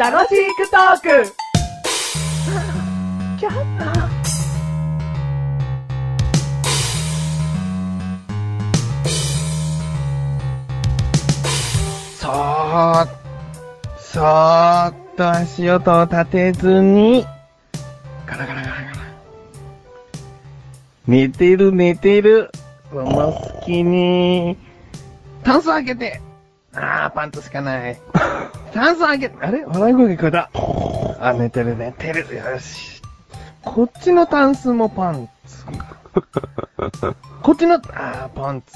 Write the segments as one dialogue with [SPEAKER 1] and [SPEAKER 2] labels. [SPEAKER 1] 楽しくトーク
[SPEAKER 2] そーっ、そーっと足音を立てずに、ガラガラガラガラ。寝てる寝てる。その隙に、炭素開けて。あー、パンツつかない。炭素開けて、あれ笑い声が聞こえた。あ、寝てる寝てる。よし。こっちのタンスもパンツ。こっちの、あー、パンツ。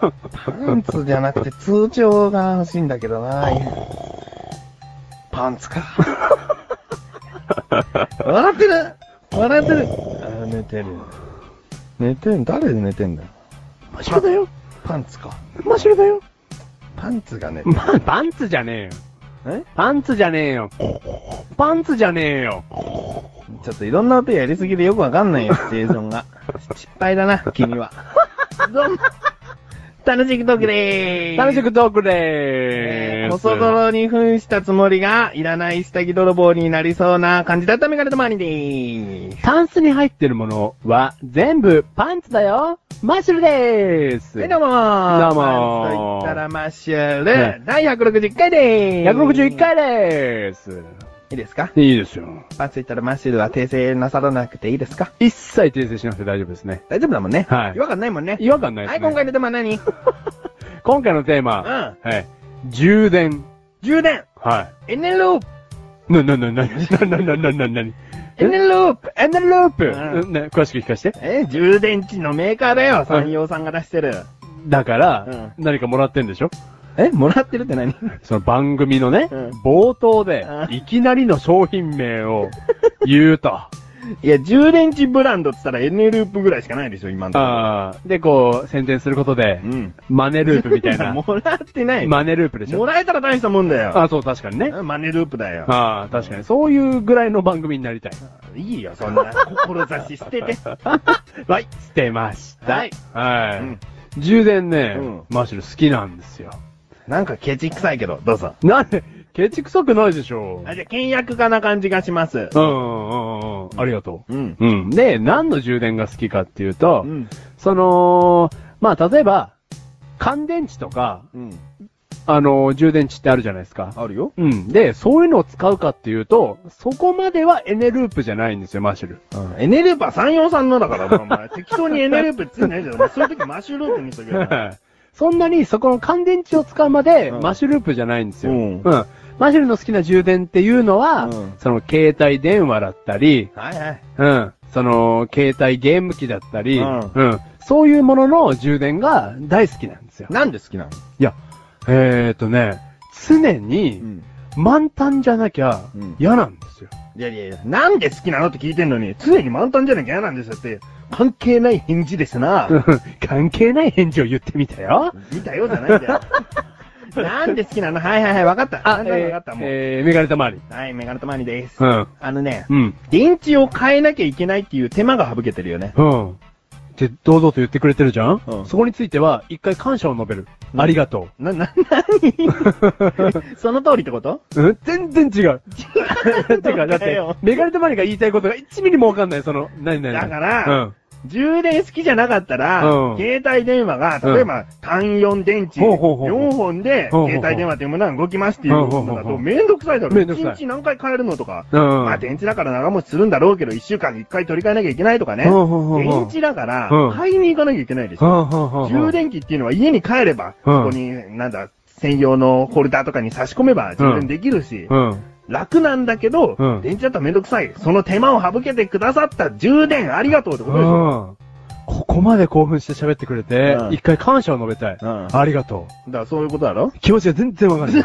[SPEAKER 2] パンツじゃなくて通帳が欲しいんだけどな。パンツ か。笑ってる笑ってるあ寝てる。寝てん、誰で寝てんだよ。
[SPEAKER 3] 真っ白だよ。
[SPEAKER 2] パンツか。
[SPEAKER 3] 真っ白だよ。
[SPEAKER 2] パンツがね、
[SPEAKER 3] ま、パンツじゃねえよ。
[SPEAKER 2] え
[SPEAKER 3] パンツじゃねえよ。パンツじゃねえよ。
[SPEAKER 2] ちょっといろんな音やりすぎでよくわかんないよ、シチュエーションが。失敗だな、君 は。どうも。楽しくトークでーす。
[SPEAKER 3] 楽し
[SPEAKER 2] く
[SPEAKER 3] くトーク
[SPEAKER 2] え
[SPEAKER 3] で
[SPEAKER 2] ー
[SPEAKER 3] ーす。
[SPEAKER 2] 細泥に扮したつもりが、いらない下着泥棒になりそうな感じだったメガネとマニでーす。
[SPEAKER 3] タンスに入ってるものは全部パンツだよ。マッシュルでーす。
[SPEAKER 2] はい、どうも
[SPEAKER 3] ど
[SPEAKER 2] ー。
[SPEAKER 3] うも
[SPEAKER 2] パ
[SPEAKER 3] ー
[SPEAKER 2] ンツと言ったらマッシュル、
[SPEAKER 3] ね
[SPEAKER 2] 第161回でーす。
[SPEAKER 3] 161。回でーす。
[SPEAKER 2] いいですか
[SPEAKER 3] いいですよ。
[SPEAKER 2] パンツと言ったらマッシュルは訂正なさらなくていいですか
[SPEAKER 3] 一切訂正しなくて大丈夫ですね。
[SPEAKER 2] 大丈夫だもんね。
[SPEAKER 3] はい
[SPEAKER 2] 違和感ないもんね。
[SPEAKER 3] 違和感ないです
[SPEAKER 2] は
[SPEAKER 3] ね。
[SPEAKER 2] い、今回のテーマは何
[SPEAKER 3] 今回のテーマ、
[SPEAKER 2] うん。
[SPEAKER 3] はい。充電。
[SPEAKER 2] 充電。
[SPEAKER 3] は
[SPEAKER 2] エネループ。
[SPEAKER 3] い。な、な、な、な、な、な、な、な、な、な、
[SPEAKER 2] エネループ。
[SPEAKER 3] エンデループ、
[SPEAKER 2] う
[SPEAKER 3] ね詳しく聞かせて。
[SPEAKER 2] え、充電池のメーカーだよ。山陽さんが出してる。
[SPEAKER 3] だから、何かもらってんでしょ
[SPEAKER 2] え、もらってるって何
[SPEAKER 3] その番組のね、
[SPEAKER 2] うん
[SPEAKER 3] 冒頭で
[SPEAKER 2] う、ん
[SPEAKER 3] いきなりの商品名 を言うと。
[SPEAKER 2] いや、充電池ブランドって言ったらエネループぐらいしかないでしょ、今のところ。
[SPEAKER 3] あーで、こう、宣伝することで
[SPEAKER 2] う、ん。
[SPEAKER 3] マネループみたい な。
[SPEAKER 2] もらってない。
[SPEAKER 3] マネループでし
[SPEAKER 2] も
[SPEAKER 3] ょ
[SPEAKER 2] らえたら大したもんだよ。
[SPEAKER 3] あ、そう、確かにね。
[SPEAKER 2] マネループだよ。
[SPEAKER 3] ああ、確かに。そういうぐらいの番組になりたい。
[SPEAKER 2] いいよ、そんな。志して て。
[SPEAKER 3] はい、捨てました。
[SPEAKER 2] はい。
[SPEAKER 3] はい。
[SPEAKER 2] うん
[SPEAKER 3] 充電ね、
[SPEAKER 2] うん
[SPEAKER 3] マッシュル好きなんですよ。
[SPEAKER 2] なんかケチ臭いけど、どうぞ。
[SPEAKER 3] なんで、ケチくさくないでしょ
[SPEAKER 2] あ、じゃあ、倹約家な感じがします
[SPEAKER 3] う。んうんうんうん。ありがと
[SPEAKER 2] うん。
[SPEAKER 3] う。うん。で、何の充電が好きかっていうと、
[SPEAKER 2] うん。
[SPEAKER 3] その、まあ、例えば、乾電池とか、
[SPEAKER 2] うん。
[SPEAKER 3] あのー充電池ってあるじゃないですか。
[SPEAKER 2] あるよ。
[SPEAKER 3] うん。で、そういうのを使うかっていうと、そこまではエネループじゃないんですよ、マッシュル。
[SPEAKER 2] エネループは山陽さんのだから、もうお前。適当にエネループつってないじゃん。もうそういう時マッシュループにしとけよ。
[SPEAKER 3] そんなに、そこの乾電池を使うまで、
[SPEAKER 2] うん
[SPEAKER 3] マッシュループじゃないんですよ。
[SPEAKER 2] う
[SPEAKER 3] うんん。マッシュルの好きな充電っていうのは、
[SPEAKER 2] うん
[SPEAKER 3] その携帯電話だったり、
[SPEAKER 2] はいはい。
[SPEAKER 3] うん。その、携帯ゲーム機だったり、
[SPEAKER 2] う
[SPEAKER 3] うんん。そういうものの充電が大好きなんですよ。
[SPEAKER 2] なんで好きなの
[SPEAKER 3] いや、えーとね、常
[SPEAKER 2] う
[SPEAKER 3] に
[SPEAKER 2] ん。
[SPEAKER 3] 満タンじゃなきゃ
[SPEAKER 2] うん
[SPEAKER 3] 嫌なんですよ。
[SPEAKER 2] いやいやいや、なんで好きなのって聞いてんのに、常に満タンじゃなきゃ嫌なんですよって、関係ない返事ですな。
[SPEAKER 3] 関係ない返事を言ってみたよ。
[SPEAKER 2] 見たようじゃないん だよ。なんで好きなのはいはいはい、わかった。
[SPEAKER 3] あ、
[SPEAKER 2] なんだわ
[SPEAKER 3] え
[SPEAKER 2] か
[SPEAKER 3] ー
[SPEAKER 2] った、もう。
[SPEAKER 3] えー、メガネたまわり。
[SPEAKER 2] はい、メガネとマニです。
[SPEAKER 3] うん。
[SPEAKER 2] あのね、
[SPEAKER 3] うん。
[SPEAKER 2] 電池を変えなきゃいけないっていう手間が省けてるよね。
[SPEAKER 3] うん。って、堂々と言ってくれてるじゃん、
[SPEAKER 2] うん
[SPEAKER 3] そこについては、一回感謝を述べる。
[SPEAKER 2] うん
[SPEAKER 3] ありがと
[SPEAKER 2] な、な、 なその通りってこと
[SPEAKER 3] う。うん全然 違う。てか、だって、メガネたまりが言いたいことが1ミリもわかんない、その、何々。
[SPEAKER 2] だから、充電好きじゃなかったら、
[SPEAKER 3] うん
[SPEAKER 2] 携帯電話が、例えば、単4電池、
[SPEAKER 3] ほうほうほう
[SPEAKER 2] 4本で、
[SPEAKER 3] ほうほうほう
[SPEAKER 2] 携帯電話というものは動きますっていうの
[SPEAKER 3] ほうほ
[SPEAKER 2] だ
[SPEAKER 3] うほ
[SPEAKER 2] と、
[SPEAKER 3] う
[SPEAKER 2] めんどくさいだろ。
[SPEAKER 3] めんどくさい
[SPEAKER 2] 1日何回変えるのとか。
[SPEAKER 3] うん。うん。
[SPEAKER 2] まあ、電池だから長持ちするんだろうけど、1週間に1回取り替えなきゃいけないとかね。
[SPEAKER 3] ほうほうほうほう
[SPEAKER 2] 電池だから
[SPEAKER 3] う、ん
[SPEAKER 2] 買いに行かなきゃいけないでしょ。
[SPEAKER 3] はあはあはあはあ
[SPEAKER 2] 充電器っていうのは家に帰れば、
[SPEAKER 3] うん
[SPEAKER 2] ここに、なんだ、専用のホルダーとかに差し込めば充電できるし、
[SPEAKER 3] うん。
[SPEAKER 2] 楽なんだけど、
[SPEAKER 3] うん
[SPEAKER 2] 電池だったらめんどくさい。その手間を省けてくださった充電ありがとうってことでしょ。
[SPEAKER 3] うん。ここまで興奮して喋ってくれて
[SPEAKER 2] う、ん
[SPEAKER 3] 一回感謝を述べたい。
[SPEAKER 2] うん
[SPEAKER 3] ありがと
[SPEAKER 2] だからそういうことだろ
[SPEAKER 3] う。気持ちが全然わかん ない。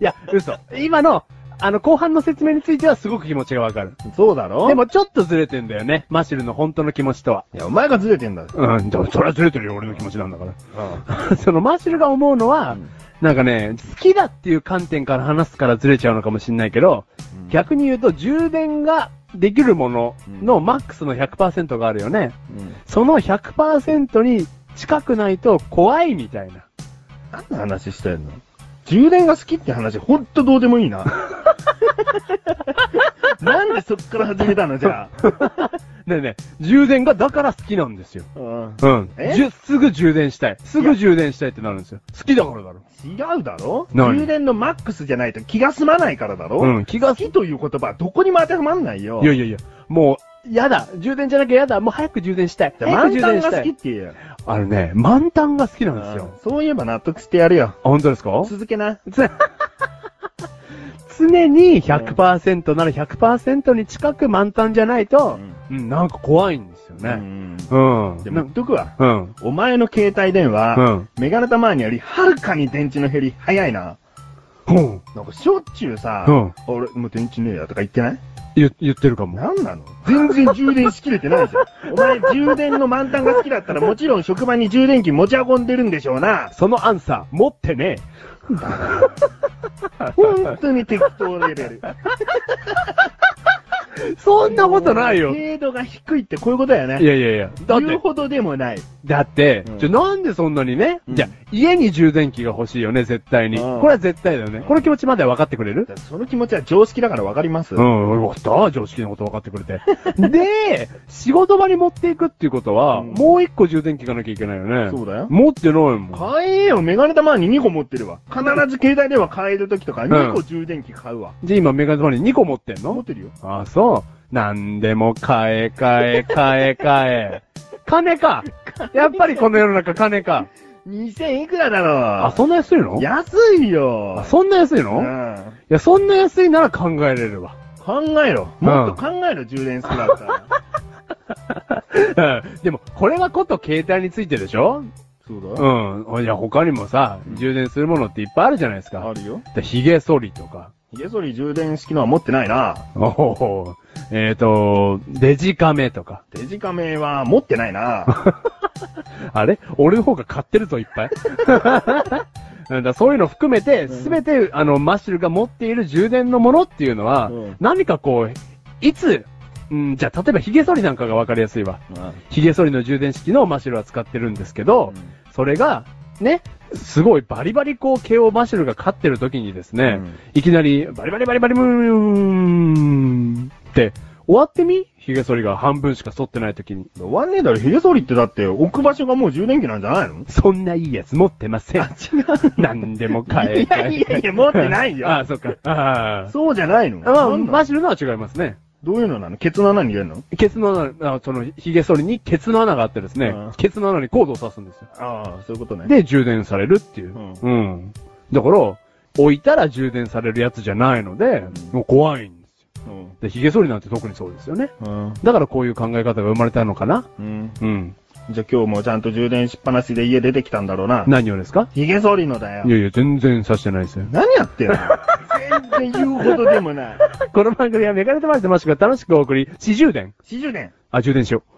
[SPEAKER 3] いや、嘘。今の、あの、後半の説明についてはすごく気持ちがわかる。
[SPEAKER 2] そうだろ
[SPEAKER 3] で、もちょっとずれてんだよね。マシルの本当の気持ちとは。
[SPEAKER 2] いや、お前がずれてんだ。
[SPEAKER 3] うん、でもそれはずれてるよ、俺の気持ちなんだから。 そのマシルが思うのは、なんかね、好きだっていう観点から話すからずれちゃうのかもしんないけど、
[SPEAKER 2] うん
[SPEAKER 3] 逆に言うと充電ができるもののマックスの100%があるよね。
[SPEAKER 2] うん
[SPEAKER 3] その100%に近くないと怖いみたいな。
[SPEAKER 2] 何の話してんの充電が好きって話、ほんとどうでもいい な。なんでそっから始めたのじゃあ。
[SPEAKER 3] ねえねえ、充電がだから好きなんですよ。
[SPEAKER 2] うん
[SPEAKER 3] うん。
[SPEAKER 2] え
[SPEAKER 3] じゅすぐ充電したい。すぐ充電したいってなるんですよ。好きだからだろ。
[SPEAKER 2] 違うだろ
[SPEAKER 3] 何
[SPEAKER 2] 充電のマックスじゃないと気が済まないからだろ
[SPEAKER 3] うん気が
[SPEAKER 2] 好きという言葉はどこにも当てはまんないよ。
[SPEAKER 3] いやいやいや、もう、やだ。充電じゃなきゃやだ。もう早く充電したい。
[SPEAKER 2] じゃあ
[SPEAKER 3] 早く
[SPEAKER 2] 満
[SPEAKER 3] 充
[SPEAKER 2] タン
[SPEAKER 3] 電
[SPEAKER 2] が
[SPEAKER 3] した
[SPEAKER 2] 好きっ
[SPEAKER 3] い。
[SPEAKER 2] て言うよ。
[SPEAKER 3] あのね、満タンが好きなんですよ。
[SPEAKER 2] うんそういえば納得してやるよ
[SPEAKER 3] あ。、本当ですか
[SPEAKER 2] 続けな。
[SPEAKER 3] つ常に100%なら100%に近く満タンじゃないと、うん、なんか怖いんですよね。
[SPEAKER 2] ね。
[SPEAKER 3] うん。
[SPEAKER 2] でも
[SPEAKER 3] な
[SPEAKER 2] 言っとくわ。
[SPEAKER 3] うん。
[SPEAKER 2] お前の携帯電話、
[SPEAKER 3] うん
[SPEAKER 2] メガネたマーニよりはるかに電池の減り早いな。
[SPEAKER 3] うん。
[SPEAKER 2] なんかしょっちゅうさ、
[SPEAKER 3] うん
[SPEAKER 2] 俺もう電池ねえやとか言ってない
[SPEAKER 3] 言言ってるかも。
[SPEAKER 2] なんなの全然充電しきれてないじゃん。 お前充電の満タンが好きだったらもちろん職場に充電器持ち運んでるんでしょうな。
[SPEAKER 3] そのアンサー、持ってね
[SPEAKER 2] 本当に適当レベ ル。
[SPEAKER 3] え。そんなことないよ。い
[SPEAKER 2] 程度が低いってこういうことだよね。
[SPEAKER 3] やいやいや。だっ
[SPEAKER 2] 言う
[SPEAKER 3] て、
[SPEAKER 2] ほどでもない。
[SPEAKER 3] だって
[SPEAKER 2] うん、
[SPEAKER 3] じゃあなんでそんなにね、
[SPEAKER 2] うん
[SPEAKER 3] じゃあ家に充電器が欲しいよね、絶対に。
[SPEAKER 2] うん
[SPEAKER 3] これは絶対だよね。この気持ちまでは分かってくれる
[SPEAKER 2] だからその気持ちは常識だからわかります。
[SPEAKER 3] うん、俺分かった。常識のこと分かってくれて。 で、仕事場に持っていくっていうことは、
[SPEAKER 2] うん
[SPEAKER 3] もう一個充電器がなきゃいけないよね。
[SPEAKER 2] そうだよ
[SPEAKER 3] 持ってないもん。
[SPEAKER 2] 買えよ、メガネ玉に2個持ってるわ。必ず携帯電話買えるときとか2個充電器買うわ。
[SPEAKER 3] じゃあ今メガネ玉に2個持ってん
[SPEAKER 2] 持
[SPEAKER 3] の
[SPEAKER 2] ってるよ。
[SPEAKER 3] ああ、そう。なんでも買 え買え買え買え。金かやっぱりこの世の中金か。
[SPEAKER 2] 2000いくらだろう
[SPEAKER 3] あ、そんな安いの
[SPEAKER 2] 安いよ
[SPEAKER 3] あ、そんな安いの、
[SPEAKER 2] う
[SPEAKER 3] い
[SPEAKER 2] ん
[SPEAKER 3] や、そんな安いなら考えれるわ。
[SPEAKER 2] 考えろ。もっと考えろ、充電好きだったら。
[SPEAKER 3] うんでも、これはこと携帯についてでしょ
[SPEAKER 2] そうだ。
[SPEAKER 3] うん。いや、他にもさ、充電するものっていっぱいあるじゃないですか。
[SPEAKER 2] あるよ。
[SPEAKER 3] でヒゲ剃りとか。
[SPEAKER 2] ヒゲ剃り充電式のは持ってないな。
[SPEAKER 3] おお。えっ、と、デジカメとか。
[SPEAKER 2] デジカメは持ってない な。
[SPEAKER 3] あれ俺の方が買ってるぞ、いっぱい。 だからそういうの含め
[SPEAKER 2] う
[SPEAKER 3] て、
[SPEAKER 2] ん
[SPEAKER 3] すべて、あの、マッシュルが持っている充電のものっていうのは、
[SPEAKER 2] うん
[SPEAKER 3] 何かこう、いつ、うん、じゃあ、例えばヒゲ剃りなんかがわかりやすいわ。ヒゲ剃りの充電式のマシュルは使ってるんですけど、それが、ね、すごいバリバリこう、毛をマシュルが飼ってる時にです
[SPEAKER 2] う
[SPEAKER 3] ね、
[SPEAKER 2] ん
[SPEAKER 3] いきなり、バリバリバリバリブーンって、終わってみヒゲ剃りが半分しか剃ってない時に。
[SPEAKER 2] 終わんねえだろ、ヒゲ剃りってだって置く場所がもう充電器なんじゃないの
[SPEAKER 3] そんないいやつ持ってません。何でも買え。
[SPEAKER 2] いやいやいや、持ってない
[SPEAKER 3] あ
[SPEAKER 2] よ。
[SPEAKER 3] あ、そっか。ああ。
[SPEAKER 2] そうじゃないの
[SPEAKER 3] まあ、
[SPEAKER 2] なんなの
[SPEAKER 3] マシュルのは違いますね。
[SPEAKER 2] どういうのなのケツの穴に入れるの
[SPEAKER 3] ケツの穴、あその、ヒゲ剃りにケツの穴があってですね、
[SPEAKER 2] うん
[SPEAKER 3] ケツの穴にコードを刺すんですよ。
[SPEAKER 2] ああ、そういうことね。
[SPEAKER 3] で、充電されるっていう。
[SPEAKER 2] う
[SPEAKER 3] うん。だから、置いたら充電されるやつじゃないので、
[SPEAKER 2] うん
[SPEAKER 3] もう怖いんです
[SPEAKER 2] う
[SPEAKER 3] よ。
[SPEAKER 2] ん
[SPEAKER 3] で、髭剃りなんて特にそうですよね。
[SPEAKER 2] うん。
[SPEAKER 3] だからこういう考え方が生まれたのかな
[SPEAKER 2] うん。
[SPEAKER 3] うん。
[SPEAKER 2] じゃあ今日もちゃんと充電しっぱなしで家出てきたんだろうな。
[SPEAKER 3] 何をですか
[SPEAKER 2] ヒゲ剃りのだよ
[SPEAKER 3] い。やいや、全然刺してない ですよ。
[SPEAKER 2] 何やってん の全然言うほどでもない。
[SPEAKER 3] この番組はメガネとマジでマシュが楽しくお送り、四充電。
[SPEAKER 2] 四十年。
[SPEAKER 3] あ、充電しよう。